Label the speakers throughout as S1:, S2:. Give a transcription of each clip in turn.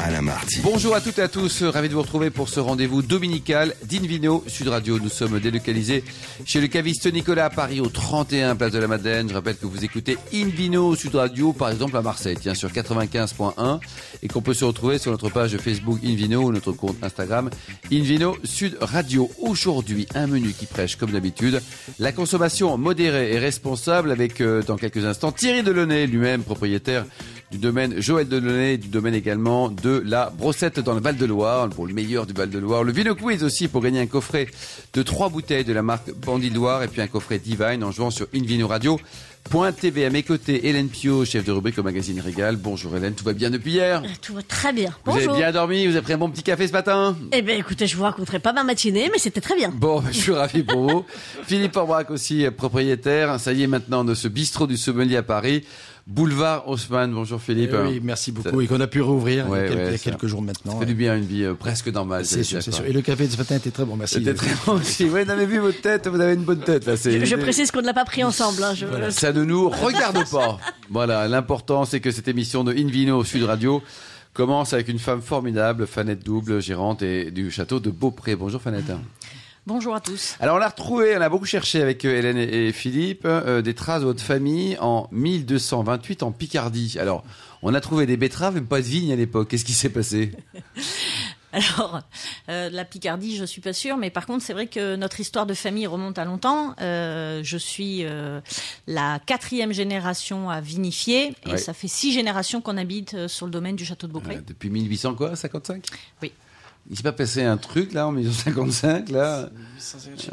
S1: Alain Marty.
S2: Bonjour à toutes et à tous, ravi de vous retrouver pour ce rendez-vous dominical d'Invino Sud Radio. Nous sommes délocalisés chez le caviste Nicolas à Paris au 31 Place de la Madeleine. Je rappelle que vous écoutez Invino Sud Radio par exemple à Marseille, tiens sur 95.1 et qu'on peut se retrouver sur notre page Facebook Invino ou notre compte Instagram Invino Sud Radio. Aujourd'hui, un menu qui prêche comme d'habitude la consommation modérée et responsable avec euh, dans quelques instants Thierry Delaunay, lui-même propriétaire du domaine Joël Delaunay, du domaine également de la Brossette dans le Val-de-Loire, pour le meilleur du Val-de-Loire. Le Vino Quiz aussi pour gagner un coffret de trois bouteilles de la marque Bandit Loire et puis un coffret Divine en jouant sur Invino Radio. .tv à mes côtés, Hélène Pio, chef de rubrique au magazine Régal. Bonjour Hélène, tout va bien depuis hier
S3: Ah, Tout va très bien.
S2: Vous
S3: Bonjour.
S2: avez bien dormi, vous avez pris un bon petit café ce matin
S3: Eh bien, écoutez, je vous raconterai pas ma matinée, mais c'était très bien.
S2: Bon, ben, je suis ravi pour vous. Philippe Orbrac aussi, euh, propriétaire, ça y est maintenant, de ce bistrot du sommelier à Paris, boulevard Haussmann. Bonjour Philippe.
S4: Eh oui, merci beaucoup. Et qu'on a pu rouvrir il y a
S2: Ouais,
S4: quelques-
S2: ouais,
S4: il y a
S2: ça-
S4: quelques jours
S2: Ça
S4: maintenant.
S2: fait du bien à une vie euh, presque normale.
S4: C'est sûr, c'est sûr. Et le café de ce matin était très bon, merci.
S2: C'était très bon aussi. Ouais, vous avez vu votre tête, vous avez une bonne tête là. c'est-
S3: Je, je précise qu'on ne l'a pas pris ensemble. hein, je-
S2: Ça ne nous regarde pas. Voilà, l'important c'est que cette émission de Invino au Sud Radio commence avec une femme formidable, Fanette Double, gérante et du château de Beaupré. Bonjour Fanette.
S5: Bonjour à tous.
S2: Alors on l'a retrouvé, on a beaucoup cherché avec euh, Hélène et et Philippe euh, des traces de votre famille en 1228 en Picardie. Alors on a trouvé des betteraves mais pas de vignes à l'époque. Qu'est-ce qui s'est passé
S5: Alors, euh, la Picardie, je suis pas sûre, mais par contre, c'est vrai que notre histoire de famille remonte à longtemps. Euh, je suis euh, la quatrième génération à vinifier, et
S2: Ouais.
S5: ça fait six générations qu'on habite euh, sur le domaine du château de Beaupré.
S2: Euh, Depuis 1800 quoi 55
S5: Oui.
S2: Il s'est pas passé un truc là en 1855 là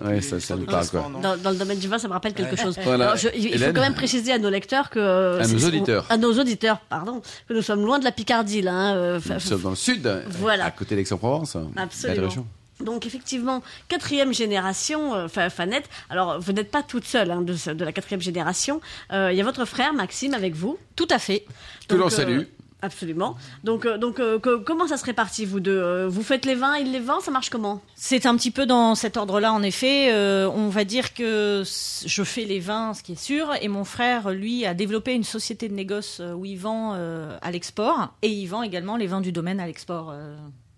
S2: Ouais, ça, ça nous parle, quoi.
S3: Dans, dans le domaine du vin, ça me rappelle quelque chose.
S2: Voilà.
S3: Alors, je- il il faut
S2: Hélène
S3: quand même préciser à nos lecteurs que euh,
S2: À nos
S3: c'est-
S2: auditeurs.
S3: à nos auditeurs, pardon, que nous sommes loin de la Picardie là. hein, euh, fa-
S2: Nous sommes dans le sud, hein,
S3: Voilà.
S2: à côté d'Aix-en-Provence.
S3: Absolument.
S2: belle région.
S3: Donc effectivement, quatrième génération, euh, Fa- Fanette. Alors vous n'êtes pas toute seule hein, de, ce- de la quatrième génération. Euh, Il y a votre frère Maxime avec vous.
S5: Tout à fait.
S2: Que l'on
S3: Donc, euh,
S2: salue.
S3: Absolument. Donc, euh, donc euh, que- comment ça se répartit vous deux Euh, Vous faites les vins, il les vend, ça marche comment
S5: C'est un petit peu dans cet ordre-là, en effet. Euh, on va dire que s- je fais les vins, ce qui est sûr, et mon frère, lui, a développé une société de négoce euh, où il vend euh, à l'export, et il vend également les vins du domaine à l'export. euh.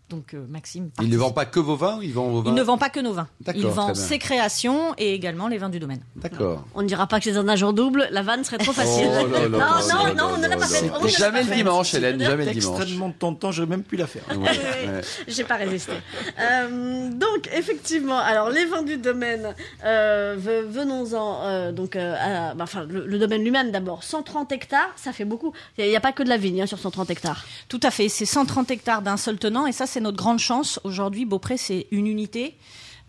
S5: donc, euh, Maxime.
S2: Il
S5: participe.
S2: ne vend pas que vos vins, il vend vos vins.
S5: Il ne vend pas que nos vins.
S2: Bah, D'accord,
S5: Il vend
S2: très bien.
S5: ses créations et également les vins du domaine.
S2: D'accord.
S3: On ne dira pas que c'est un agent double, la vanne serait trop facile.
S2: Oh là là
S3: Ah, non,
S2: là
S3: non,
S2: là
S3: non, on
S2: là
S3: n'en a
S2: là
S3: pas fait.
S2: là.
S3: on n'en a
S2: Jamais
S3: pas
S2: le
S3: fait.
S2: dimanche, Hélène, jamais le dimanche.
S4: extrêmement tentant, j'aurais même pu la faire.
S2: Ouais, ouais.
S3: J'ai pas résisté. Euh, donc effectivement, alors les vins du domaine, euh, ve- venons-en. euh, donc, euh, à- bah, enfin, le, le domaine lui-même d'abord, 130 hectares, ça fait beaucoup. Il n'y a, pas que de la vigne hein, sur 130 hectares.
S5: Tout à fait, c'est 130 hectares d'un seul tenant et ça c'est notre grande chance. Aujourd'hui, Beaupré c'est une unité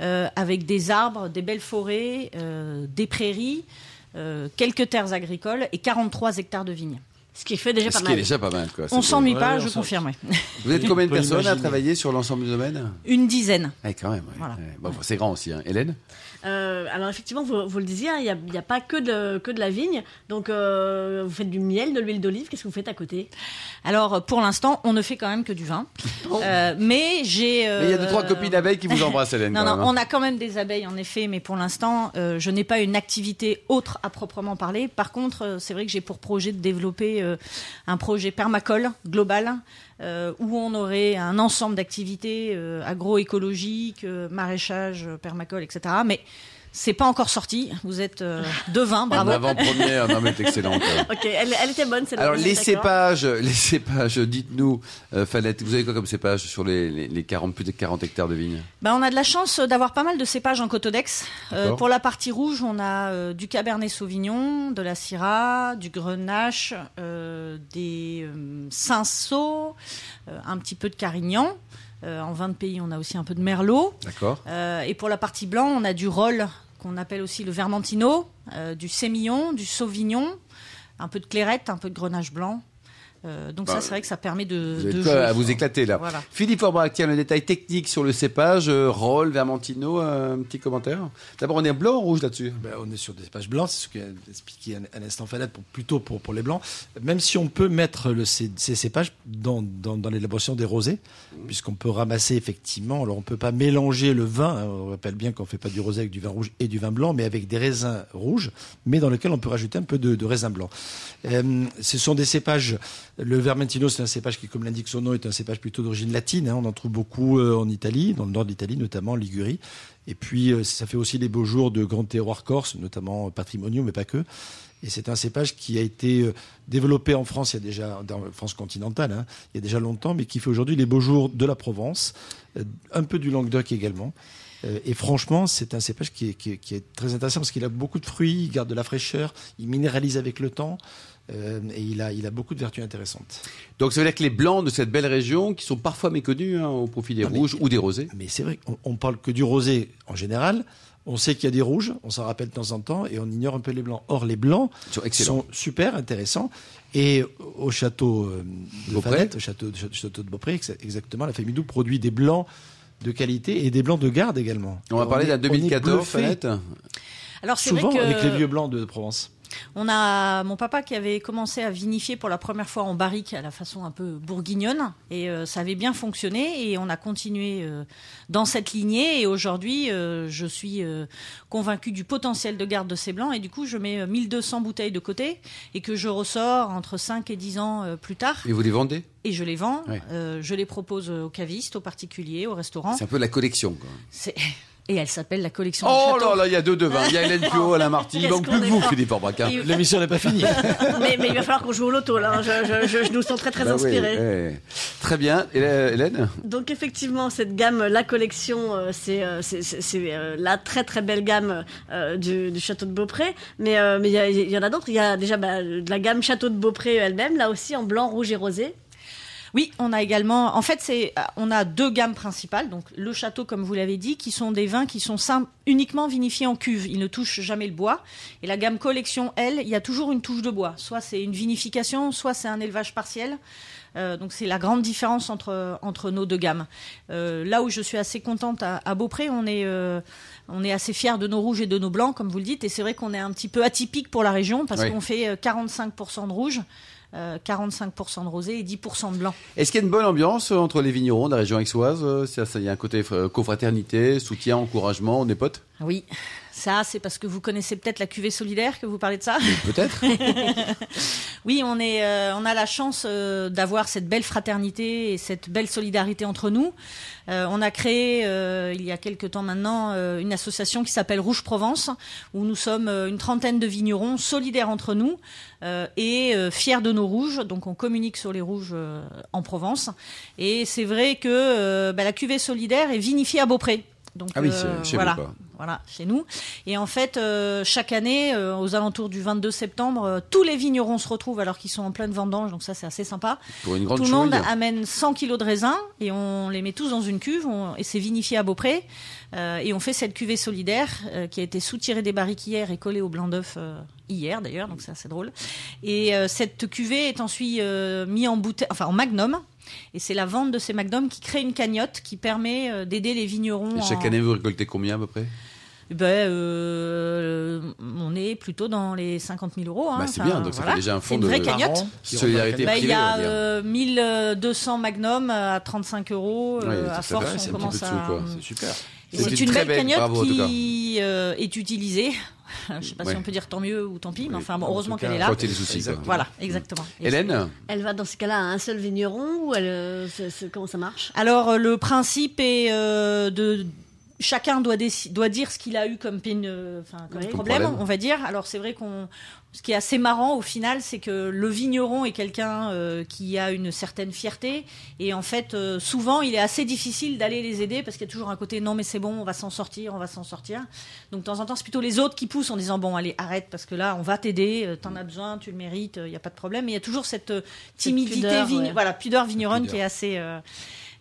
S5: euh, avec des arbres, des belles forêts, euh, des prairies, euh, quelques terres agricoles et 43 hectares de vignes.
S3: Ce qui fait déjà
S2: Ce
S3: pas
S2: qui est
S3: mal.
S2: déjà pas mal. Quoi.
S5: On
S2: C'est-
S5: s'ennuie
S4: ouais,
S5: pas,
S4: on
S5: je
S4: s'en-
S5: confirme. ouais.
S2: Vous êtes combien de
S4: On peut
S2: personnes à
S4: imaginer.
S2: travailler sur l'ensemble du domaine
S5: Une dizaine.
S2: Ouais, quand même. ouais.
S5: Voilà.
S2: Ouais. Bon, enfin, c'est grand aussi, hein. Hélène.
S3: Euh, alors effectivement, vous, vous le disiez, hein, il n'y a, il y a pas que de, que de la vigne. Donc euh, vous faites du miel, de l'huile d'olive. Qu'est-ce que vous faites à côté
S5: Alors pour l'instant, on ne fait quand même que du vin. Euh, mais j'ai.
S2: Mais il y a deux,
S5: euh,
S2: trois copines d'abeilles qui vous embrassent, Hélène.
S5: Non,
S2: quand
S5: non,
S2: même, hein.
S5: on a quand même des abeilles en effet, mais pour l'instant, euh, je n'ai pas une activité autre à proprement parler. Par contre, euh, c'est vrai que j'ai pour projet de développer euh, un projet permacole global euh, où on aurait un ensemble d'activités euh, agroécologiques, euh, maraîchage, euh, permacole, etc. Mais c'est pas encore sorti. Vous êtes euh, devin,
S2: En
S5: bravo.
S2: avant-première, non mais elle est excellente. hein.
S3: Ok, elle, elle était bonne. celle-là,
S2: Alors
S3: on est
S2: les
S3: d'accord.
S2: cépages, les cépages, dites-nous, euh, Fanette, vous avez quoi comme cépage sur les, les, les 40, plus de 40 hectares de vignes
S5: Ben, on a de la chance d'avoir pas mal de cépages en Cotodex. Euh,
S2: D'accord.
S5: pour la partie rouge, on a euh, du Cabernet Sauvignon, de la Syrah, du Grenache, euh, des euh, Cinsault, euh, un petit peu de Carignan. Euh, en vin de pays, on a aussi un peu de Merlot.
S2: D'accord.
S5: Euh, et pour la partie blanc, on a du Roll, qu'on appelle aussi le Vermentino, euh, du Sémillon, du Sauvignon, un peu de Clairette, un peu de Grenache blanc. Euh, donc ça, c'est vrai que ça permet
S2: Bah,
S3: Euh,
S5: de,
S2: Vous avez
S5: de
S2: de quoi
S5: jouer.
S2: à vous éclater là.
S5: Voilà.
S2: Philippe Orbach tient le détail technique sur le cépage. Euh, Roll, Vermentino, euh, un petit commentaire. D'abord, on est blanc ou rouge là-dessus
S4: Ben, on est sur des pages blanches, c'est ce qu'a expliqué un, un instant Fanette, pour, plutôt pour, pour les blancs. Même si on peut mettre le, ces, ces cépages dans, dans, dans l'élaboration des rosés, puisqu'on peut ramasser effectivement, alors on peut pas mélanger le vin, hein, on rappelle bien qu'on fait pas du rosé avec du vin rouge et du vin blanc, mais avec des raisins rouges, mais dans lequel on peut rajouter un peu de, de raisin blanc. Euh, ce sont des cépages, le Vermentino c'est un cépage qui, comme l'indique son nom, est un cépage plutôt d'origine latine, hein, on en trouve beaucoup euh, en Italie, dans le nord de l'Italie notamment, en Ligurie. Et puis, euh, ça fait aussi les beaux jours de grands terroirs corse, notamment euh, patrimoniaux, mais pas que. Et c'est un cépage qui a été euh, développé en France, il y a déjà, dans la France continentale, hein, il y a déjà longtemps, mais qui fait aujourd'hui les beaux jours de la Provence, euh, un peu du Languedoc également. Euh, et franchement, c'est un cépage qui est, qui est- qui est très intéressant parce qu'il a beaucoup de fruits, il garde de la fraîcheur, il minéralise avec le temps, euh, et il a, il a beaucoup de vertus intéressantes.
S2: Donc ça veut dire que les blancs de cette belle région, qui sont parfois méconnus hein, au profit des
S4: Non, mais-
S2: rouges ou des rosés.
S4: Mais c'est vrai qu'on on parle que du rosé en général. On sait qu'il y a des rouges, on s'en rappelle de temps en temps, et on ignore un peu les blancs. Or, les blancs
S2: Ils sont excellents.
S4: sont super intéressants. Et au château euh, de
S2: Beaupré.
S4: Fanette, au château, château de Beaupré, ex- exactement, la famille Doux produit des blancs de qualité et des blancs de garde également.
S2: On va parler
S4: est-
S2: d'un
S4: on est
S2: 2014,
S4: bluffé
S2: Fanette.
S5: Alors c'est vrai
S4: Souvent
S5: que
S4: avec les vieux blancs de Provence.
S5: on a mon papa qui avait commencé à vinifier pour la première fois en barrique à la façon un peu bourguignonne et euh, ça avait bien fonctionné et on a continué euh, dans cette lignée et aujourd'hui euh, je suis euh, convaincue du potentiel de garde de ces blancs et du coup je mets euh, 1200 bouteilles de côté et que je ressors entre 5 et 10 ans euh, plus tard
S2: Et vous les vendez
S5: et je les vends,
S2: Oui.
S5: euh, je les propose aux cavistes, aux particuliers, aux restaurants.
S2: C'est un peu la collection. quoi.
S5: C'est- Et elle s'appelle la collection du
S2: Oh
S5: château.
S2: là là, il y a deux devins. Il y a Hélène Pio, Alain Marty. Il
S3: Qu'est-ce
S2: manque
S3: qu'on
S2: plus que
S3: est
S2: vous,
S3: fort.
S2: Philippe Orbach. hein.
S3: Et-
S4: L'émission n'est pas finie.
S3: mais, mais il va falloir qu'on joue au loto là. hein. Je, je- je- je nous sens très très
S2: Bah oui,
S3: inspirés.
S2: ouais. Très bien. Et, euh, Hélène
S3: Donc effectivement, cette gamme, la collection, euh, c'est euh, c'est- c'est- c'est, euh, la très très belle gamme euh, du, du château de Beaupré. Mais euh, mais il y, a- il y en a d'autres. Il y a déjà bah, de la gamme château de Beaupré elle-même, là aussi en blanc, rouge et rosé.
S5: Oui, on a également. En fait, c'est euh, on a deux gammes principales. Donc le château, comme vous l'avez dit, qui sont des vins qui sont sim- uniquement vinifiés en cuve. Ils ne touchent jamais le bois. Et la gamme collection, elle, il y a toujours une touche de bois. Soit c'est une vinification, soit c'est un élevage partiel. Euh, donc c'est la grande différence entre entre nos deux gammes. Euh, là où je suis assez contente à, à Beaupré, on est euh, on est assez fiers de nos rouges et de nos blancs, comme vous le dites. Et c'est vrai qu'on est un petit peu atypique pour la région parce
S2: Oui.
S5: qu'on fait euh, 45% de rouge. euh, 45% de rosé et 10% de blanc.
S2: Est-ce qu'il y a une bonne ambiance euh, entre les vignerons de la région aixoise Euh, ça- ça- Il y a un côté euh, cofraternité, soutien, encouragement, on est potes
S5: Ah Oui, ça c'est parce que vous connaissez peut-être la cuvée solidaire que vous parlez de ça.
S2: Peut-être.
S5: Oui, on est, euh, on a la chance euh, d'avoir cette belle fraternité et cette belle solidarité entre nous. Euh, on a créé euh, il y a quelque temps maintenant euh, une association qui s'appelle Rouge Provence où nous sommes euh, une trentaine de vignerons solidaires entre nous euh, et euh, fiers de nos rouges. Donc on communique sur les rouges euh, en Provence et c'est vrai que euh, bah, la cuvée solidaire est vinifiée à Beaupré. Donc,
S2: Ah oui,
S5: euh,
S2: c'est chez
S5: voilà.
S2: vous. Quoi.
S5: Voilà, chez nous. Et en fait, euh, chaque année, euh, aux alentours du 22 septembre, euh, tous les vignerons se retrouvent alors qu'ils sont en pleine vendange, donc ça c'est assez sympa.
S2: Pour une grande
S5: Tout le monde
S2: chouille.
S5: amène 100 kilos de raisins et on les met tous dans une cuve on- et c'est vinifié à Beaupré. Euh, et on fait cette cuvée solidaire euh, qui a été soutirée des barriques hier et collée au blanc d'œuf euh, hier d'ailleurs, donc c'est assez drôle. Et euh, cette cuvée est ensuite euh, mise en bouteille, enfin en magnum. Et c'est la vente de ces magnums qui crée une cagnotte qui permet euh, d'aider les vignerons.
S2: Et chaque
S5: en-
S2: année, vous récoltez combien à peu près
S5: ben, euh, on est plutôt dans les 50 000 euros. Hein,
S2: Bah, c'est
S5: Enfin,
S2: bien, donc ça fait
S5: voilà.
S2: déjà un
S5: C'est
S2: fonds
S5: une
S2: de
S5: vraie cagnotte.
S2: solidarité
S5: Ben, Il y
S2: privée. on
S5: a
S2: va dire.
S5: euh, 1200 magnum à 35 euros.
S2: Ouais,
S5: euh,
S2: tout à
S5: à
S2: fait,
S5: force,
S2: c'est un
S5: on
S2: petit
S5: commence
S2: peu de
S5: à.
S2: sous, quoi.
S4: C'est super.
S5: Et
S2: C'est
S5: C'est
S2: une
S5: une,
S2: très
S5: belle
S2: belle,
S5: cagnotte
S2: bravo, en tout
S5: qui euh, est utilisée. Je ne sais pas
S2: Ouais.
S5: si on peut dire tant mieux ou tant pis,
S4: Oui,
S5: mais enfin, bon,
S4: en tout
S5: heureusement
S4: cas,
S5: qu'elle est là.
S2: Quand il y a des soucis. quoi. Mm.
S4: Exactement.
S5: Voilà, exactement. Et
S2: Hélène
S3: Elle va dans ce cas-là à un seul vigneron ou elle, euh, c'est- c'est- comment ça marche
S5: Alors euh, le principe est euh, de chacun doit, déci- doit dire ce qu'il a eu comme peine, euh, enfin, comme
S3: Oui. Comme
S5: problème,
S2: problème.
S5: on va dire. Alors c'est vrai qu'on, ce qui est assez marrant au final, c'est que le vigneron est quelqu'un euh, qui a une certaine fierté et en fait euh, souvent il est assez difficile d'aller les aider parce qu'il y a toujours un côté non mais c'est bon, on va s'en sortir, on va s'en sortir. Donc de temps en temps c'est plutôt les autres qui poussent en disant bon allez arrête parce que là on va t'aider, euh, t'en as besoin, tu le mérites, il n'y a pas de problème. Mais il y a toujours cette euh,
S3: Cette
S5: timidité,
S3: pudeur,
S5: vigne-
S3: ouais.
S5: voilà pudeur vigneronne
S4: Pudeur.
S5: qui est assez euh,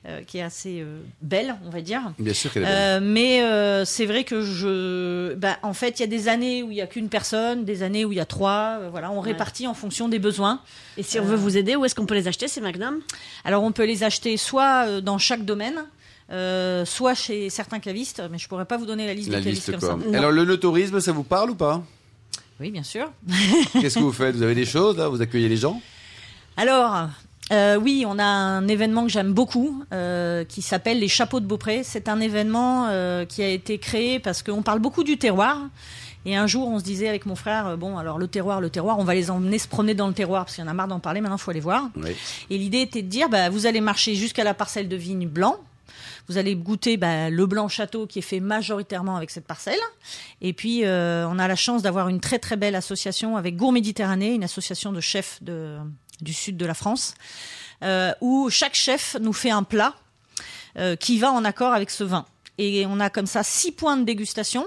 S5: euh, qui est assez euh, belle, on va dire.
S2: Bien sûr qu'elle est belle.
S5: Euh, mais euh, c'est vrai que je, bah, en fait, il y a des années où il y a qu'une personne, des années où il y a trois. euh, Voilà, on
S3: Ouais.
S5: répartit en fonction des besoins.
S3: Et si on veut vous aider, où est-ce qu'on peut les acheter, ces Magnum
S5: Alors on peut les acheter soit euh, dans chaque domaine, euh, soit chez certains clavistes, mais je pourrais pas vous donner la liste
S2: La
S5: des clavistes
S2: liste,
S5: comme
S2: quoi.
S5: ça.
S2: Alors, le notourisme, ça vous parle ou pas
S5: Oui, bien sûr.
S2: Qu'est-ce que vous faites Vous avez des choses, là Vous accueillez les gens
S5: Alors, euh, oui, on a un événement que j'aime beaucoup euh, qui s'appelle les Chapeaux de Beaupré. C'est un événement euh, qui a été créé parce qu'on parle beaucoup du terroir. Et un jour, on se disait avec mon frère, euh, bon, alors le terroir, le terroir, on va les emmener se promener dans le terroir parce qu'il y en a marre d'en parler, maintenant il faut aller voir.
S2: Oui.
S5: Et l'idée était de dire, bah, vous allez marcher jusqu'à la parcelle de vigne blanc. Vous allez goûter bah, le blanc château qui est fait majoritairement avec cette parcelle. Et puis, euh, on a la chance d'avoir une très très belle association avec Gourd Méditerranée, une association de chefs de, du sud de la France, euh, où chaque chef nous fait un plat euh, qui va en accord avec ce vin. Et on a comme ça six points de dégustation.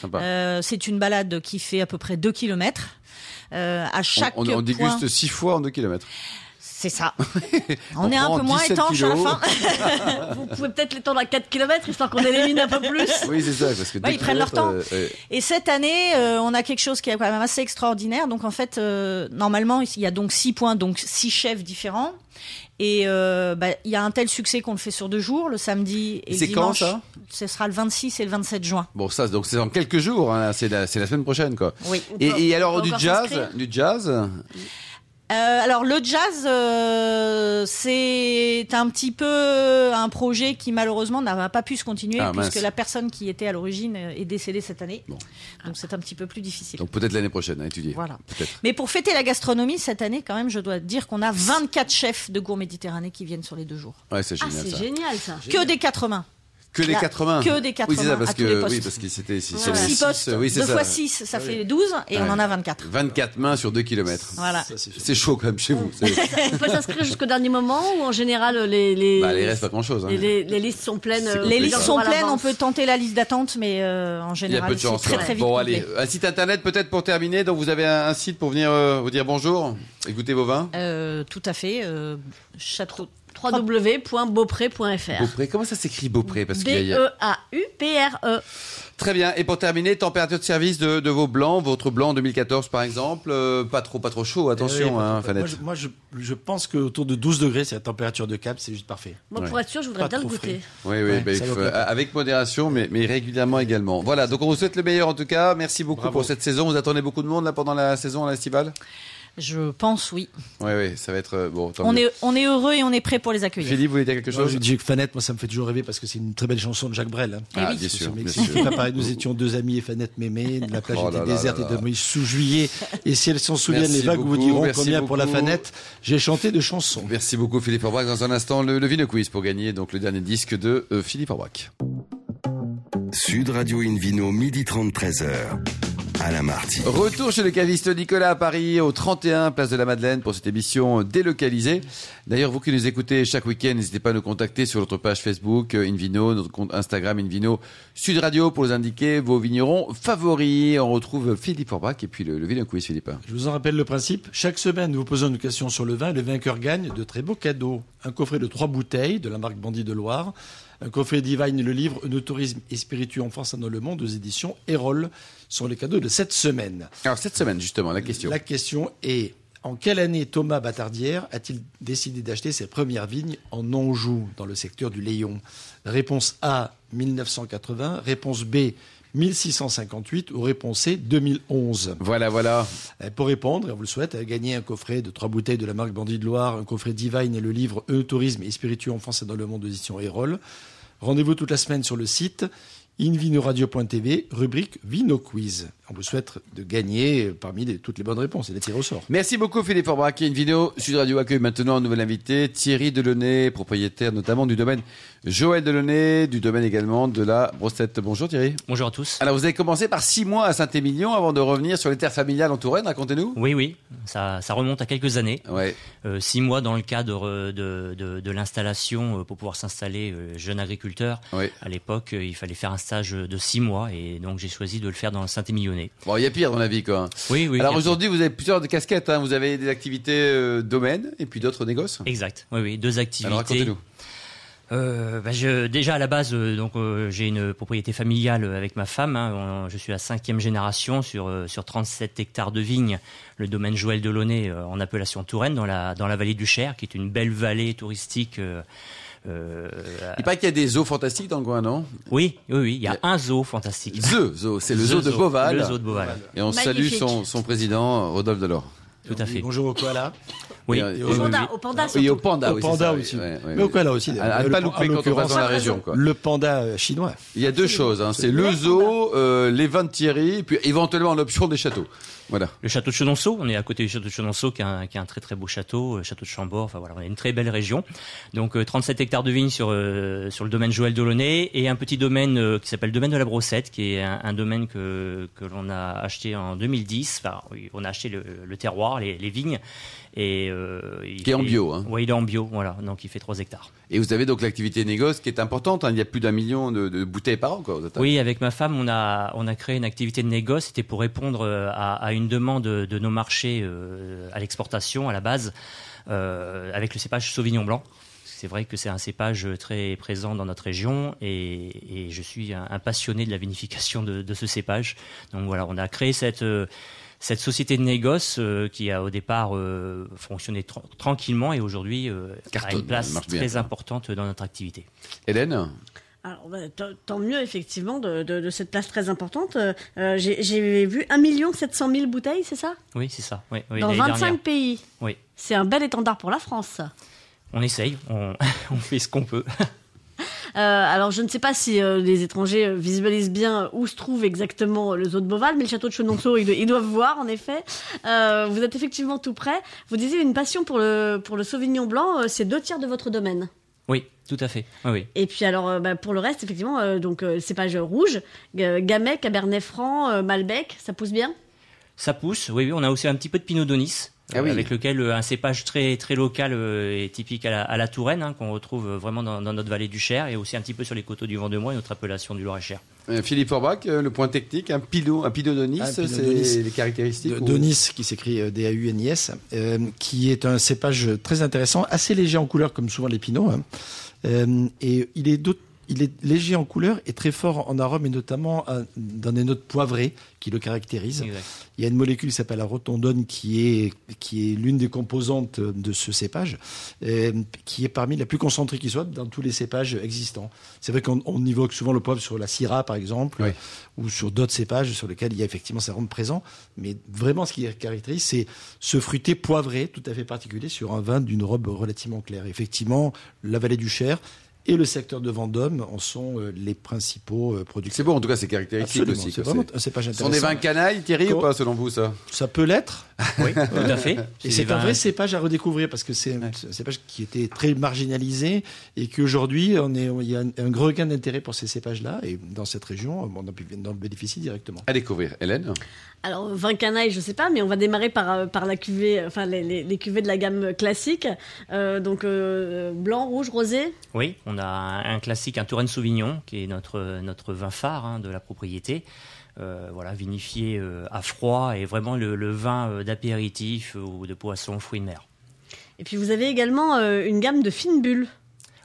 S2: Sympa.
S5: Euh, c'est une balade qui fait à peu près 2 kilomètres. Euh, à
S2: On-
S5: chaque
S2: on, on
S5: point-
S2: déguste six fois en deux kilomètres.
S5: C'est ça. on,
S2: On
S5: est un
S2: prend
S5: peu moins
S2: 17
S5: étanche à la
S2: kilos.
S5: fin.
S3: Vous pouvez peut-être l'étendre à 4 km, histoire qu'on élimine un peu plus.
S2: Oui, c'est ça, parce que
S5: Ouais,
S2: deux
S5: ils prennent leur
S2: kilomètres, euh, ouais.
S5: Et cette année, euh, on a quelque chose qui est quand même assez extraordinaire. Donc en fait, euh, normalement, il y a donc six points, donc six chefs différents. Et euh, bah, il y a un tel succès qu'on le fait sur deux jours, le samedi et,
S2: Et
S5: le
S2: c'est quand,
S5: dimanche.
S2: ça
S5: Ce sera le 26 et le 27 juin.
S2: Bon, ça, donc c'est dans quelques jours. hein, c'est la, c'est la semaine prochaine, quoi.
S5: Oui.
S3: On peut-
S2: Et, et
S3: on
S2: alors
S3: peut
S2: du
S3: encore
S2: jazz,
S3: s'inscrire
S2: du jazz.
S5: Euh, alors le jazz, euh, c'est un petit peu un projet qui malheureusement n'a pas pu se continuer
S2: Ah, mince.
S5: puisque la personne qui était à l'origine euh, est décédée cette année.
S2: Bon.
S5: Donc c'est un petit peu plus difficile.
S2: Donc peut-être l'année prochaine à étudier.
S5: Voilà.
S2: Peut-être.
S5: Mais pour fêter la gastronomie cette année, quand même, je dois dire qu'on a 24 chefs de gourds méditerranéens qui viennent sur les deux jours.
S2: Ouais, c'est
S3: Ah,
S2: génial
S3: c'est
S2: ça.
S3: génial ça.
S5: Que des quatre mains.
S2: Que des
S5: Là,
S2: 80.
S5: que des
S2: Oui, c'est ça,
S5: 80
S2: parce
S5: à tous les
S2: que
S5: postes.
S2: oui, parce qu'il s'était si
S5: Sur
S2: sur les
S5: 6
S2: six,
S5: postes,
S2: euh, oui, c'est
S5: 2
S2: ça.
S5: fois 6, ça fait 12 et
S2: Ouais.
S5: on en a 24.
S2: 24 mains sur 2 kilomètres.
S5: Voilà.
S4: Ça, c'est sûr.
S2: C'est chaud quand même chez vous. c'est-
S3: On peut s'inscrire jusqu'au dernier moment ou en général les les,
S2: bah, il reste pas grand-chose. hein.
S3: les, les- les listes sont pleines.
S2: C'est
S3: euh,
S5: Les
S2: compliqué.
S5: listes
S3: plusieurs
S5: sont
S3: jours à
S5: pleines, on
S3: l'avance.
S5: peut tenter la liste d'attente, mais euh,
S2: Il
S5: en
S2: y a
S5: général,
S2: peu de
S5: c'est
S2: chance.
S5: très
S2: ouais.
S5: très vite.
S2: bon,
S5: complet.
S2: allez, un site internet peut-être pour terminer. Donc vous avez un, un site pour venir euh, vous dire bonjour, écouter vos vins.
S5: Euh, tout à fait. euh, château.
S3: www.beaupré.fr.
S2: Beaupré, comment ça s'écrit Beaupré Parce qu'il y a- il y
S5: E
S2: a-
S3: E B-E-A-U-P-R-E.
S2: Très bien. Et pour terminer, température de service de, de vos blancs, votre blanc 2014 par exemple, euh, pas trop, pas trop chaud. Attention,
S4: Eh Oui, oui,
S2: hein,
S4: moi,
S2: Fanette.
S4: je, moi, je- je pense qu'autour de 12 degrés, c'est la température de cap, c'est juste parfait.
S3: Moi,
S2: Ouais.
S3: pour être sûr, je voudrais
S4: Pas
S3: bien le
S4: trop
S3: goûter.
S4: frais.
S2: Oui, oui,
S4: Ouais,
S2: ben, il
S4: ça
S2: faut-
S4: vaut le coup.
S2: avec modération, mais, mais régulièrement également. Voilà, donc on vous souhaite le meilleur en tout cas. Merci beaucoup
S4: Bravo.
S2: pour cette saison. Vous attendez beaucoup de monde là pendant la saison, là, estivale
S5: Je pense, oui.
S2: Oui, oui, ça va être euh, bon. tant
S5: On
S2: mieux.
S5: est, on est heureux et on est prêt pour les accueillir.
S2: Philippe, vous voulez dire quelque
S4: Moi,
S2: chose
S4: je dis que Fanette, moi, ça me fait toujours rêver parce que c'est une très belle chanson de Jacques Brel. hein.
S2: Ah,
S5: Eh oui.
S2: bien
S4: Ce
S2: sûr,
S4: mec,
S2: bien
S4: c'est
S2: sûr.
S4: pas pareil. Nous étions deux amis et Fanette m'aimait. La plage
S2: Oh là
S4: était
S2: là
S4: déserte
S2: là
S4: et
S2: là.
S4: de sous juillet. Et si elles s'en souviennent,
S2: Merci
S4: les vagues vous
S2: beaucoup,
S4: diront
S2: merci
S4: combien pour la
S2: beaucoup.
S4: Fanette. J'ai chanté de chansons.
S2: Merci beaucoup Philippe Orbach. Dans un instant, le, le Vino Quiz pour gagner donc le dernier disque de euh, Philippe Orbach.
S1: Sud Radio Invino, midi 30, 13h. Alain Marty.
S2: Retour chez le caviste Nicolas à Paris, au 31 Place de la Madeleine, pour cette émission délocalisée. D'ailleurs, vous qui nous écoutez chaque week-end, n'hésitez pas à nous contacter sur notre page Facebook euh, Invino, notre compte Instagram Invino Sud Radio pour nous indiquer vos vignerons favoris. On retrouve Philippe Orbach et puis le, le Vino Quiz, Philippe.
S4: Je vous en rappelle le principe. Chaque semaine, nous vous posons une question sur le vin et le vainqueur gagne de très beaux cadeaux. Un coffret de trois bouteilles de la marque Bandit de Loire, un coffret Divine, le livre de tourisme et spiritueux en France et dans le monde aux éditions Erol sont les cadeaux de cette semaine.
S2: Alors, cette semaine, justement, la question.
S4: La question est en quelle année Thomas Batardière a-t-il décidé d'acheter ses premières vignes en Anjou, dans le secteur du Léon Réponse A 1980, réponse B 1658 ou réponse C 2011.
S2: Voilà, voilà.
S4: Euh, Pour répondre, et on vous le souhaite, euh, gagner un coffret de trois bouteilles de la marque Bandit de Loire, un coffret Divine et le livre E Tourisme et Spiritueux en France et dans le monde d'édition Erol. Rendez-vous toute la semaine sur le site invinoradio.tv, rubrique Vino Quiz. On vous souhaite de gagner euh, parmi les- toutes les bonnes réponses et les tirs au sort.
S2: Merci beaucoup Philippe Orbach. Une vidéo Sud Radio accueille maintenant un nouvel invité, Thierry Delaunay, propriétaire notamment du domaine Joël Delaunay, du domaine également de la Brossette. Bonjour Thierry.
S6: Bonjour à tous.
S2: Alors vous avez commencé par six mois à Saint-Émilion avant de revenir sur les terres familiales en Touraine, racontez-nous.
S6: Oui, oui, ça, ça remonte à quelques années.
S2: Ouais.
S6: Euh, six mois dans le cadre euh, de, de- de l'installation euh, pour pouvoir s'installer euh, jeune agriculteur.
S2: Oui.
S6: À l'époque, euh, il fallait faire un stage de six mois et donc j'ai choisi de le faire dans le Saint-Émilionnais.
S2: Bon, il y a pire dans la vie quoi.
S6: Oui, oui.
S2: Alors
S6: il y a-
S2: aujourd'hui vous avez plusieurs de casquettes, hein. vous avez des activités euh, domaines et puis d'autres négoces.
S6: Exact. Oui, oui, deux activités.
S2: Alors racontez-nous.
S6: Euh, bah, je- déjà à la base, euh, donc euh, j'ai une propriété familiale euh, avec ma femme. hein. On- je suis la cinquième génération sur euh, sur 37 hectares de vignes. Le domaine Joël Delaunay euh, en appellation Touraine, dans la dans la vallée du Cher, qui est une belle vallée touristique. euh, euh, à-
S2: Il paraît qu'il y a des eaux fantastiques dans le coin, non
S6: oui, oui, oui, il y a un zoo fantastique.
S2: The Zoo, c'est le
S6: The
S2: zoo de Beauval.
S6: Le zoo de Beauval,
S2: Et on salue
S5: Magnifique.
S2: son, son président, Rodolphe Delors.
S6: tout à fait.
S4: Bonjour au koala.
S6: Oui,
S2: Et, euh,
S6: oui,
S2: et
S3: Au
S6: oui,
S3: panda,
S6: oui.
S3: au panda surtout.
S2: Et au panda,
S4: au
S2: oui, c'est
S4: panda
S2: ça, oui,
S4: aussi.
S2: ouais, ouais,
S4: mais au
S2: ouais.
S4: koala aussi. d'ailleurs. Euh,
S2: À, à ne
S4: Le
S2: pas
S4: pan- en
S2: louper quand on va
S4: l'occurrence,
S2: dans la région. Quoi.
S4: Le panda euh, chinois.
S2: Il y a deux choses, hein, c'est le zoo, euh, les vins de Thierry, et puis éventuellement l'option des châteaux. Voilà.
S6: Le château de Chenonceau, on est à côté du château de Chenonceau, qui est un, qui est un très très beau château, euh, château de Chambord, enfin voilà, on a une très belle région. Donc euh, 37 hectares de vignes sur, euh, sur le domaine Joël Delaunay et un petit domaine euh, qui s'appelle Domaine de la Brossette, qui est un, un domaine que, que l'on a acheté en 2010. Enfin, oui, on a acheté le, le terroir, les, les vignes. Et, euh, il
S2: Qui est en
S6: fait-
S2: bio, hein.
S6: Oui, il est en bio, voilà, donc il fait 3 hectares.
S2: Et vous avez donc l'activité négoce qui est importante. hein. Il y a plus d'un million de, de bouteilles par an. Quoi, aux attaques.
S6: Oui, avec ma femme, on a, on a créé une activité de négoce. C'était pour répondre euh, à, à une demande de nos marchés euh, à l'exportation, à la base, euh, avec le cépage Sauvignon Blanc. C'est vrai que c'est un cépage très présent dans notre région et, et je suis un, un passionné de la vinification de, de ce cépage. Donc voilà, on a créé cette, euh, cette société de négoce euh, qui a au départ euh, fonctionné tra- tranquillement et aujourd'hui euh, a
S2: Cartonne,
S6: une place
S2: marche bien.
S6: très importante dans notre activité.
S2: Hélène
S3: Alors, bah, tant- tant mieux, effectivement, de, de- de cette place très importante. Euh, euh, J'ai j'ai vu 1 700 000 bouteilles, c'est ça
S6: Oui, c'est ça. Oui, oui,
S3: Dans
S6: l'année
S3: 25
S6: dernière.
S3: pays.
S6: Oui.
S3: C'est un bel étendard pour la France. ça.
S6: On essaye, on, on fait ce qu'on peut.
S3: Euh, alors, je ne sais pas si euh, les étrangers euh, visualisent bien où se trouve exactement le zoo de Beauval, mais le château de Chenonceau, ils, do- ils doivent voir, en effet. Euh, vous êtes effectivement tout près. Vous disiez une passion pour le, pour le Sauvignon blanc, euh, c'est deux tiers de votre domaine.
S6: Oui, tout à fait. Oui, oui.
S3: Et puis alors, euh, bah, pour le reste, effectivement, euh, donc euh, le cépage rouge, euh, Gamay, Cabernet Franc, euh, Malbec, ça pousse bien
S6: Ça pousse. Oui, oui, on a aussi un petit peu de Pinot Donis,
S2: Ah
S6: euh,
S2: oui.
S6: avec lequel euh, un cépage très très local euh, et typique à la, à la Touraine, hein, qu'on retrouve euh, vraiment dans, dans notre vallée du Cher et aussi un petit peu sur les coteaux du Vendemois et notre appellation du Loir-et-Cher.
S2: Euh, Philippe Orbach, euh, le point technique, un pinot, un pinot de Nice,
S4: Un Pinot de
S2: c'est
S4: Nice.
S2: les caractéristiques
S4: de,
S2: ou-
S4: de Nice, qui s'écrit euh, D-A-U-N-I-S, euh, qui est un cépage très intéressant, assez léger en couleur, comme souvent les pinots. hein. Euh, et il est, d'aut- il est léger en couleur et très fort en arôme, et notamment euh, dans des notes poivrées qui le caractérisent.
S6: Exact.
S4: Il y a une molécule qui s'appelle la rotondone, qui est, qui est l'une des composantes de ce cépage, euh, qui est parmi la plus concentrée qui soit dans tous les cépages existants. C'est vrai qu'on on évoque souvent le poivre sur la syrah, par exemple,
S2: Oui.
S4: ou sur d'autres cépages sur lesquels il y a effectivement cet arôme présent. Mais vraiment, ce qui les caractérise, c'est ce fruité poivré, tout à fait particulier, sur un vin d'une robe relativement claire. Effectivement, la vallée du Cher et le secteur de Vendôme en sont euh, les principaux euh,
S2: C'est
S4: producteurs.
S2: beau en tout cas, c'est caractéristique
S4: Absolument,
S2: aussi.
S4: c'est
S2: quoi,
S4: vraiment
S2: c'est-
S4: un cépage
S2: Ce sont des
S4: intéressant.
S2: vins canailles, Thierry, ou
S4: Comment-
S2: pas, selon vous, ça
S4: Ça peut l'être,
S6: Oui, tout à fait.
S4: Et
S6: des
S4: c'est un
S6: vins-
S4: vrai cépage à redécouvrir parce que c'est un c'est un cépage qui était très marginalisé et qu'aujourd'hui, on est, il y a un, un gros gain d'intérêt pour ces cépages-là. Et dans cette région, on en, on en bénéficie directement.
S2: À découvrir. Hélène
S3: Alors, 20 canailles, je sais pas, mais on va démarrer par, euh, par la cuvée, euh, enfin, les, les- les cuvées de la gamme classique. Euh, donc, euh, blanc, rouge, rosé.
S6: Oui, on a un un classique, un Touraine Sauvignon, qui est notre, notre vin phare hein, de la propriété. Euh, voilà, vinifié euh, à froid et vraiment le, le vin euh, d'apéritif euh, ou de poisson, fruits de mer.
S3: Et puis, vous avez également euh, une gamme de fines bulles.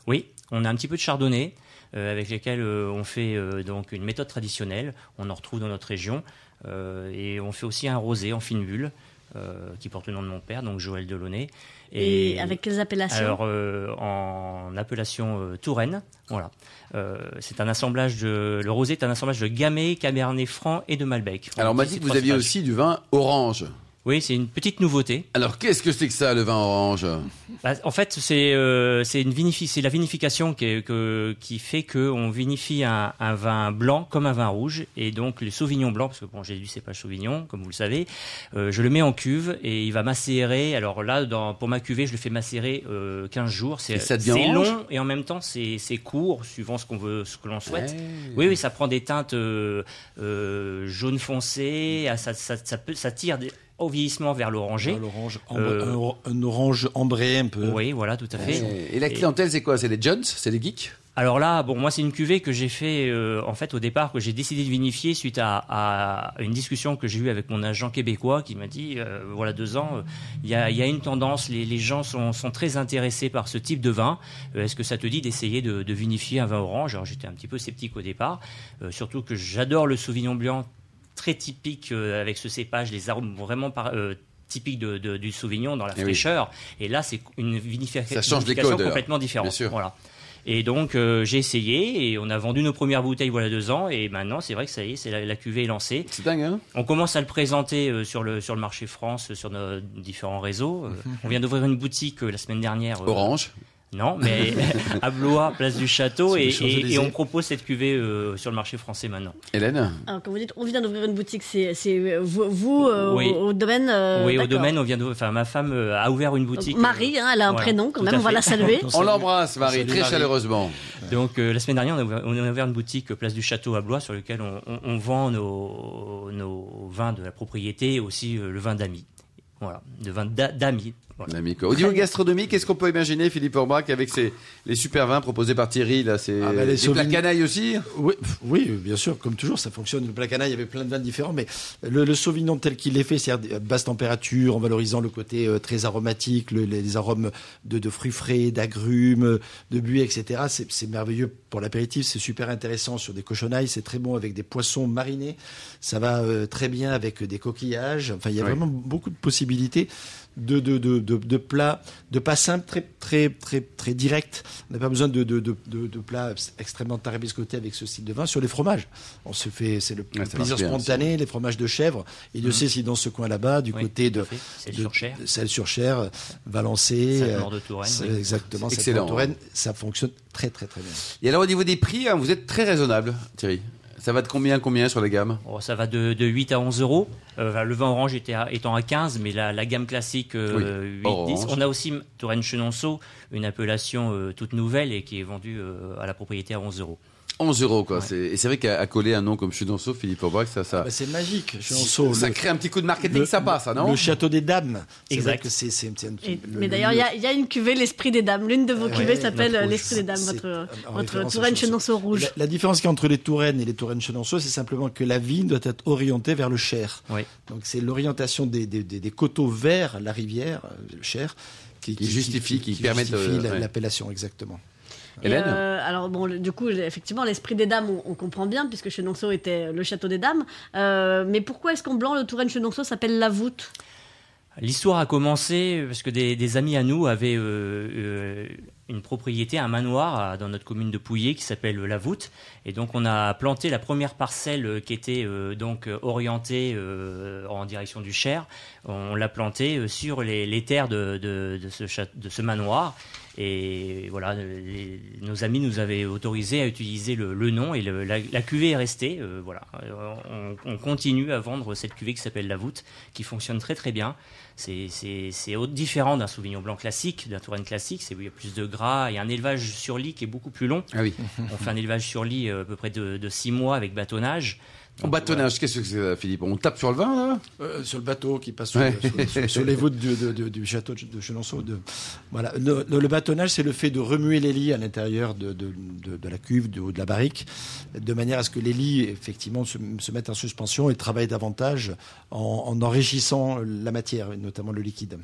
S6: Oui, on a un petit peu de chardonnay euh, avec lesquels euh, on fait euh, donc une méthode traditionnelle. On en retrouve dans notre région euh, et on fait aussi un rosé en fine bulle euh, qui porte le nom de mon père, donc Joël Delaunay.
S3: Et, avec quelles appellations
S6: alors euh, en appellation euh, Touraine, voilà. Euh, c'est un assemblage de le rosé est un assemblage de Gamay, Cabernet Franc et de Malbec.
S2: Alors, on m'a
S6: Donc,
S2: dit
S6: c'est
S2: que vous
S6: trois
S2: aviez
S6: cépages.
S2: aussi du vin orange.
S6: Oui, c'est une petite nouveauté.
S2: Alors, qu'est-ce que c'est que ça, le vin orange
S6: Bah, en fait, c'est euh, c'est une vinifi- c'est la vinification qui, est- que- qui fait qu'on vinifie un, un vin blanc comme un vin rouge. Et donc, le sauvignon blanc, parce que bon, j'ai du cépage sauvignon, comme vous le savez, euh, je le mets en cuve et il va macérer. Alors là, dans, pour ma cuvée, je le fais macérer euh, 15 jours.
S2: Et
S6: C'est
S2: ça devient
S6: c'est
S2: orange
S6: long et en même temps, c'est c'est court, suivant ce qu'on veut, ce que l'on souhaite.
S2: Ouais.
S6: Oui, oui, ça prend des teintes euh, euh, jaune foncé, ah, ça, ça, ça peut, ça tire des- au vieillissement vers l'orangé.
S4: L'orange ambre-
S6: Euh,
S4: un or- un, orange ambré un peu.
S6: Oui, voilà, tout à fait.
S2: Eh, Et la clientèle, c'est quoi C'est les jeunes C'est les geeks
S6: Alors là, bon, moi, c'est une cuvée que j'ai fait euh, en fait au départ que j'ai décidé de vinifier suite à, à une discussion que j'ai eue avec mon agent québécois qui m'a dit euh, voilà deux ans, il y, a, y a une tendance, les, les gens sont, sont très intéressés par ce type de vin. Euh, Est-ce que ça te dit d'essayer de, de vinifier un vin orange Alors j'étais un petit peu sceptique au départ, euh, surtout que j'adore le Sauvignon blanc très typique euh, avec ce cépage, les arômes vraiment par- euh, typiques de- de- du Sauvignon dans la
S2: Eh oui.
S6: fraîcheur. Et là, c'est une vinifia-
S2: Ça change les
S6: vinification
S2: codes, alors.
S6: complètement différente.
S2: Bien sûr.
S6: Voilà. Et donc euh, j'ai essayé et on a vendu nos premières bouteilles voilà deux ans et maintenant c'est vrai que ça y est, c'est la, la cuvée est lancée.
S2: C'est dingue, hein
S6: On commence à le présenter euh, sur le sur le marché France, euh, sur nos différents réseaux. Euh, On vient d'ouvrir une boutique euh, la semaine dernière. euh,
S2: Orange.
S6: non, mais à Blois, place du Château,
S4: Sur les
S6: et,
S4: Champs-Élysées.
S6: et- et on propose cette cuvée euh, sur le marché français maintenant.
S2: Hélène
S3: Alors, quand vous dites, on vient d'ouvrir une boutique, c'est c'est, euh, vous, vous, euh,
S6: Oui.
S3: au, au domaine. euh,
S6: oui, au
S3: d'accord.
S6: domaine, on vient de, enfin, ma femme euh, a ouvert une
S3: Donc,
S6: boutique.
S3: Marie, hein, elle a un
S6: Voilà,
S3: prénom quand
S6: tout
S3: même,
S6: à
S3: on va
S6: fait.
S3: la saluer.
S2: On l'embrasse, Marie,
S4: Salut,
S2: très
S4: Marie.
S2: chaleureusement.
S6: Donc euh, la semaine dernière, on a ouvert, on a ouvert une boutique euh, place du Château à Blois sur laquelle on, on- on vend nos, nos vins de la propriété et aussi euh, le vin d'amis. Voilà, le vin d'a- d'amis. Voilà.
S2: L'ami, quoi. Au niveau gastronomique, qu'est-ce qu'on peut imaginer, Philippe Orbrac, avec ses, les super vins proposés par Thierry là, c'est
S4: Ah, bah, les
S2: Des
S4: Sauvignon-
S2: plats canailles aussi
S4: Oui, pff, oui, bien sûr, comme toujours, ça fonctionne. Le placana, il y avait plein de vins différents, mais le, le Sauvignon tel qu'il est fait, c'est-à-dire à basse température, en valorisant le côté euh, très aromatique, le- les, les arômes de, de fruits frais, d'agrumes, de buis, etc. C'est c'est merveilleux pour l'apéritif, c'est super intéressant sur des cochonailles, c'est très bon avec des poissons marinés, ça va euh, très bien avec des coquillages. Enfin, il y a
S2: Oui.
S4: vraiment beaucoup de possibilités de, de, de, de, de plats, de pas simples, très, très, très, très directs. On n'a pas besoin de, de, de, de- de plats extrêmement tarabiscotés avec ce style de vin. Sur les fromages, on se fait, c'est le
S2: ça Mhm. marche
S4: plaisir
S2: bien,
S4: spontané, les fromages de chèvre. Et Dieu sait si dans ce coin là-bas, du
S6: Oui,
S4: côté de,
S6: tout à fait. C'est le
S4: de,
S6: surchère.
S4: de celle sur Cher, Valencé,
S6: Celle nord de Touraine,
S4: c'est
S6: oui.
S4: exactement,
S2: C'est
S4: celle de
S2: excellent.
S4: Touraine, ça fonctionne très, très, très bien.
S2: Et alors au niveau des prix, hein, vous êtes très raisonnable, Thierry. Ça va de combien à combien sur la gamme
S6: Oh, ça va de, de 8 à 11 euros. Euh, enfin, le vin orange était à- étant à 15, mais la, la gamme classique euh, 8,
S2: orange.
S6: 10. On a aussi Touraine-Chenonceau, une appellation euh, toute nouvelle et qui est vendue euh, à la propriété à 11 euros.
S2: 11 euros, quoi. C'est- Et c'est vrai qu'à à coller un nom comme Chudanceau, Philippe Orbrac, ça, ça,
S4: Bah, c'est magique. Je suis en saut.
S2: ça
S4: Le-
S2: crée un petit coup de marketing
S4: le-
S2: sympa, ça, non
S4: Le château des dames. C'est
S6: Exact.
S4: vrai que c'est- c'est- c'est un-
S3: Et-
S4: le-
S3: mais
S4: le-
S3: d'ailleurs, il y, a- il y a une cuvée, l'esprit des dames. L'une de vos
S4: Ouais,
S3: cuvées s'appelle
S4: notre
S3: euh,
S4: rouge.
S3: l'esprit des dames,
S4: C'est-
S3: votre,
S4: en
S3: votre
S4: référence à
S3: Touraine
S4: Chenonceau.
S3: Chenonceau rouge.
S4: La, la différence qu'il y a entre les Touraines et les Touraines chenonceaux, c'est simplement que la vigne doit être orientée vers le Cher.
S6: Oui.
S4: Donc c'est l'orientation des, des- des- des coteaux vers la rivière, euh, le Cher,
S2: Qui justifie, qui permet de-
S4: justifie la-
S2: ouais.
S4: l'appellation exactement.
S3: Et,
S2: Hélène
S3: euh, alors bon, le- du coup, le- effectivement, l'esprit des dames, on, on comprend bien, puisque Chenonceau était le château des dames. Euh, mais pourquoi est-ce qu'en blanc, le Touraine Chenonceau s'appelle la voûte
S6: L'histoire a commencé parce que des, des amis à nous avaient euh, euh, une propriété, un manoir à- dans notre commune de Pouillé qui s'appelle La Voûte. Et donc on a planté la première parcelle euh, qui était euh, donc euh, orientée euh, en direction du Cher. On l'a plantée euh, sur les, les terres de, de- de ce, chat- de ce manoir. Et voilà, les- nos amis nous avaient autorisé à utiliser le, le nom et le- la, la cuvée est restée. euh, voilà, Euh, on, on continue à vendre cette cuvée qui s'appelle La Voûte, qui fonctionne très très bien. C'est- C'est c'est autre- différent d'un Sauvignon blanc classique, d'un Touraine classique, c'est où il y a plus de gras et un élevage sur lit qui est beaucoup plus long.
S2: Ah oui.
S6: On fait un élevage sur lit euh, à peu près de, de six mois avec bâtonnage. euh,
S2: En bâtonnage, qu'est-ce que c'est, ça, Philippe On tape sur le vin, là
S4: Euh, sur le bateau qui passe sur,
S2: Ouais.
S4: sur- sur- sur les voûtes du, de- de- du château de de Chenonceau. de- voilà. Le, le- le bâtonnage, c'est le fait de remuer les lits à l'intérieur de, de- de- de la cuve de- ou de la barrique, de manière à ce que les lits, effectivement, se, se mettent en suspension et travaillent davantage en, en enrichissant la matière, et notamment le liquide.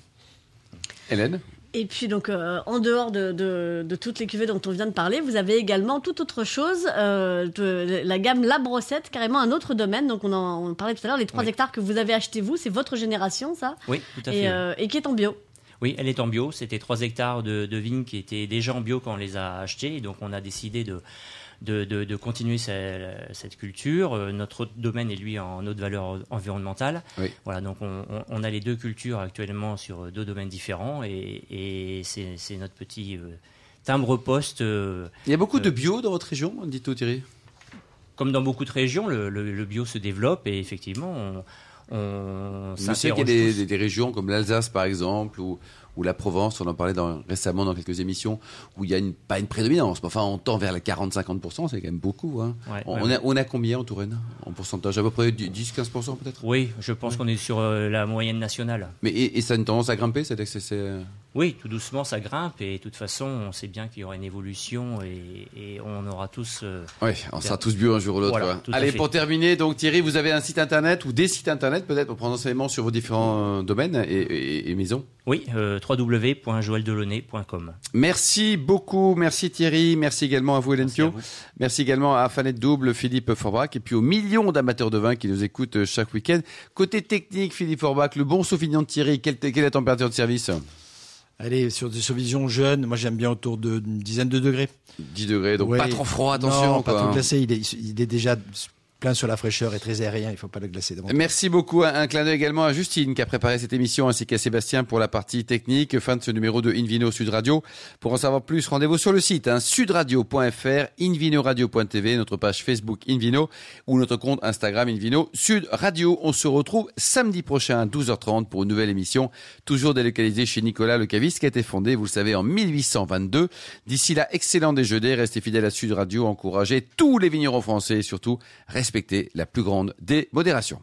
S2: Hélène
S3: Et puis donc, euh, en dehors de, de- de toutes les cuvées dont on vient de parler, vous avez également toute autre chose, euh, de- la gamme La Brossette, carrément un autre domaine. Donc on en on parlait tout à l'heure, les 3
S6: Oui.
S3: hectares que vous avez achetés vous, c'est votre génération ça
S6: Oui, tout à fait.
S3: et,
S6: oui.
S3: euh, et qui est en bio.
S6: Oui, elle est en bio. C'était 3 hectares de, de vignes qui étaient déjà en bio quand on les a achetés. Et donc, on a décidé de, de, de- de continuer ce- cette culture. Euh, notre autre domaine est, lui, en haute valeur environnementale.
S2: Oui.
S6: Voilà, donc on, on- on a les deux cultures actuellement sur deux domaines différents. Et, et c'est c'est notre petit euh, timbre-poste. euh,
S2: Il y a beaucoup de bio dans votre région, dites-vous, Thierry
S6: comme dans beaucoup de régions, le, le- le bio se développe. Et effectivement, on, on
S2: Je sais qu'il y a
S6: s'interroge
S2: des,
S6: tous.
S2: des- des régions comme l'Alsace, par exemple, où, ou la Provence, on en parlait dans- récemment dans quelques émissions, où il y a une, pas une prédominance, mais enfin on tend vers les 40-50%, c'est quand même beaucoup. hein.
S6: Ouais,
S2: on,
S6: ouais,
S2: on
S6: ouais.
S2: A, on a combien en Touraine En pourcentage À peu près 10-15% peut-être
S6: Oui, je pense qu'on est sur euh, la moyenne nationale.
S2: mais, et, et ça a une tendance à grimper, c'est... c'est- euh, c'est-
S6: Oui, tout doucement, ça grimpe et de toute façon, on sait bien qu'il y aura une évolution et, et on aura tous. euh,
S2: Oui, on sera tous bio un jour ou l'autre.
S6: Voilà,
S2: ouais.
S6: tout à
S2: Allez,
S6: fait.
S2: pour terminer, donc Thierry, vous avez un site internet ou des sites internet peut-être pour prendre enseignement sur vos différents euh, domaines et, et- et maisons
S6: Oui, euh, www.joeldelonnet.com.
S2: Merci beaucoup, merci Thierry, merci également à vous Hélène Pio, merci également à Fanette Double, Philippe Forbach et puis aux millions d'amateurs de vin qui nous écoutent euh, chaque week-end. Côté technique, Philippe Forbach, le bon Sauvignon de Thierry, quelle, quelle est la température de service
S4: Allez, sur des sauvignons jeunes, moi j'aime bien autour d'une dizaine de degrés.
S2: 10 degrés, donc
S4: Ouais.
S2: pas trop froid, attention.
S4: Non, pas
S2: quoi,
S4: trop
S2: hein.
S4: glacé. Il est, il est déjà plein sur la fraîcheur et très aérien. Il faut pas le glacer davantage.
S2: Merci beaucoup. Un, un clin d'œil également à Justine qui a préparé cette émission ainsi qu'à Sébastien pour la partie technique. Fin de ce numéro de Invino Sud Radio. Pour en savoir plus, rendez-vous sur le site hein, sudradio.fr, invinoradio.tv, notre page Facebook Invino ou notre compte Instagram Invino Sud Radio. On se retrouve samedi prochain à 12h30 pour une nouvelle émission, toujours délocalisée chez Nicolas Le Caviste qui a été fondée, vous le savez, en 1822. D'ici là, excellent déjeuner, restez fidèles à Sud Radio, encouragez tous les vignerons français et surtout respectez la plus grande des modérations.